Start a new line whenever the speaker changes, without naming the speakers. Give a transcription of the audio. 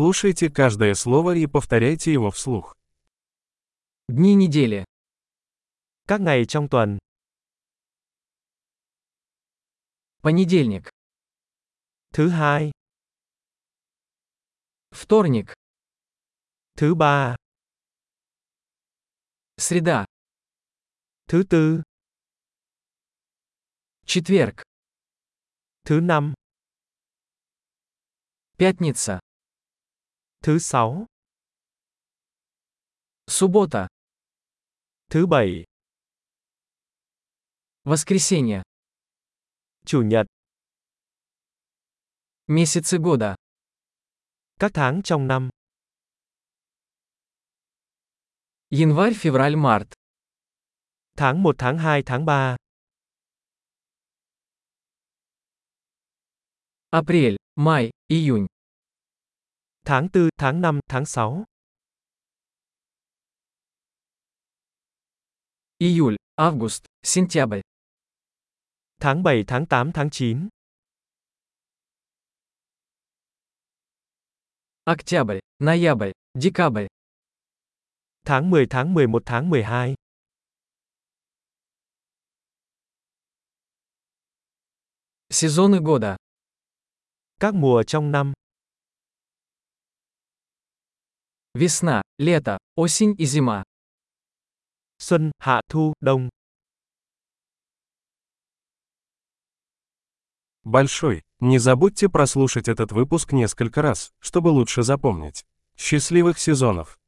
Слушайте каждое слово и повторяйте его вслух.
Дни недели.
Các ngày trong tuần.
Понедельник.
Thứ hai,
Вторник.
thứ ba,
Среда.
thứ tư,
Четверг.
thứ năm,
Пятница.
thứ sáu,
Суббота.
thứ bảy,
Воскресенье.
chủ nhật,
Месяцы года.
các tháng trong năm,
Январь, февраль, март.
tháng 1 tháng 2 tháng 3,
Апрель, май, июнь.
tháng 4, tháng 5, tháng 6,
Июль, август, сентябрь.
tháng 7 tháng 8 tháng 9,
Октябрь, ноябрь, декабрь.
tháng 10 tháng 11 tháng 12,
Сезоны года.
các mùa trong năm,
Весна, лето, осень и зима.
xuân, hạ, thu, đông,
Большой. Не забудьте прослушать этот выпуск несколько раз, чтобы лучше запомнить. Счастливых сезонов!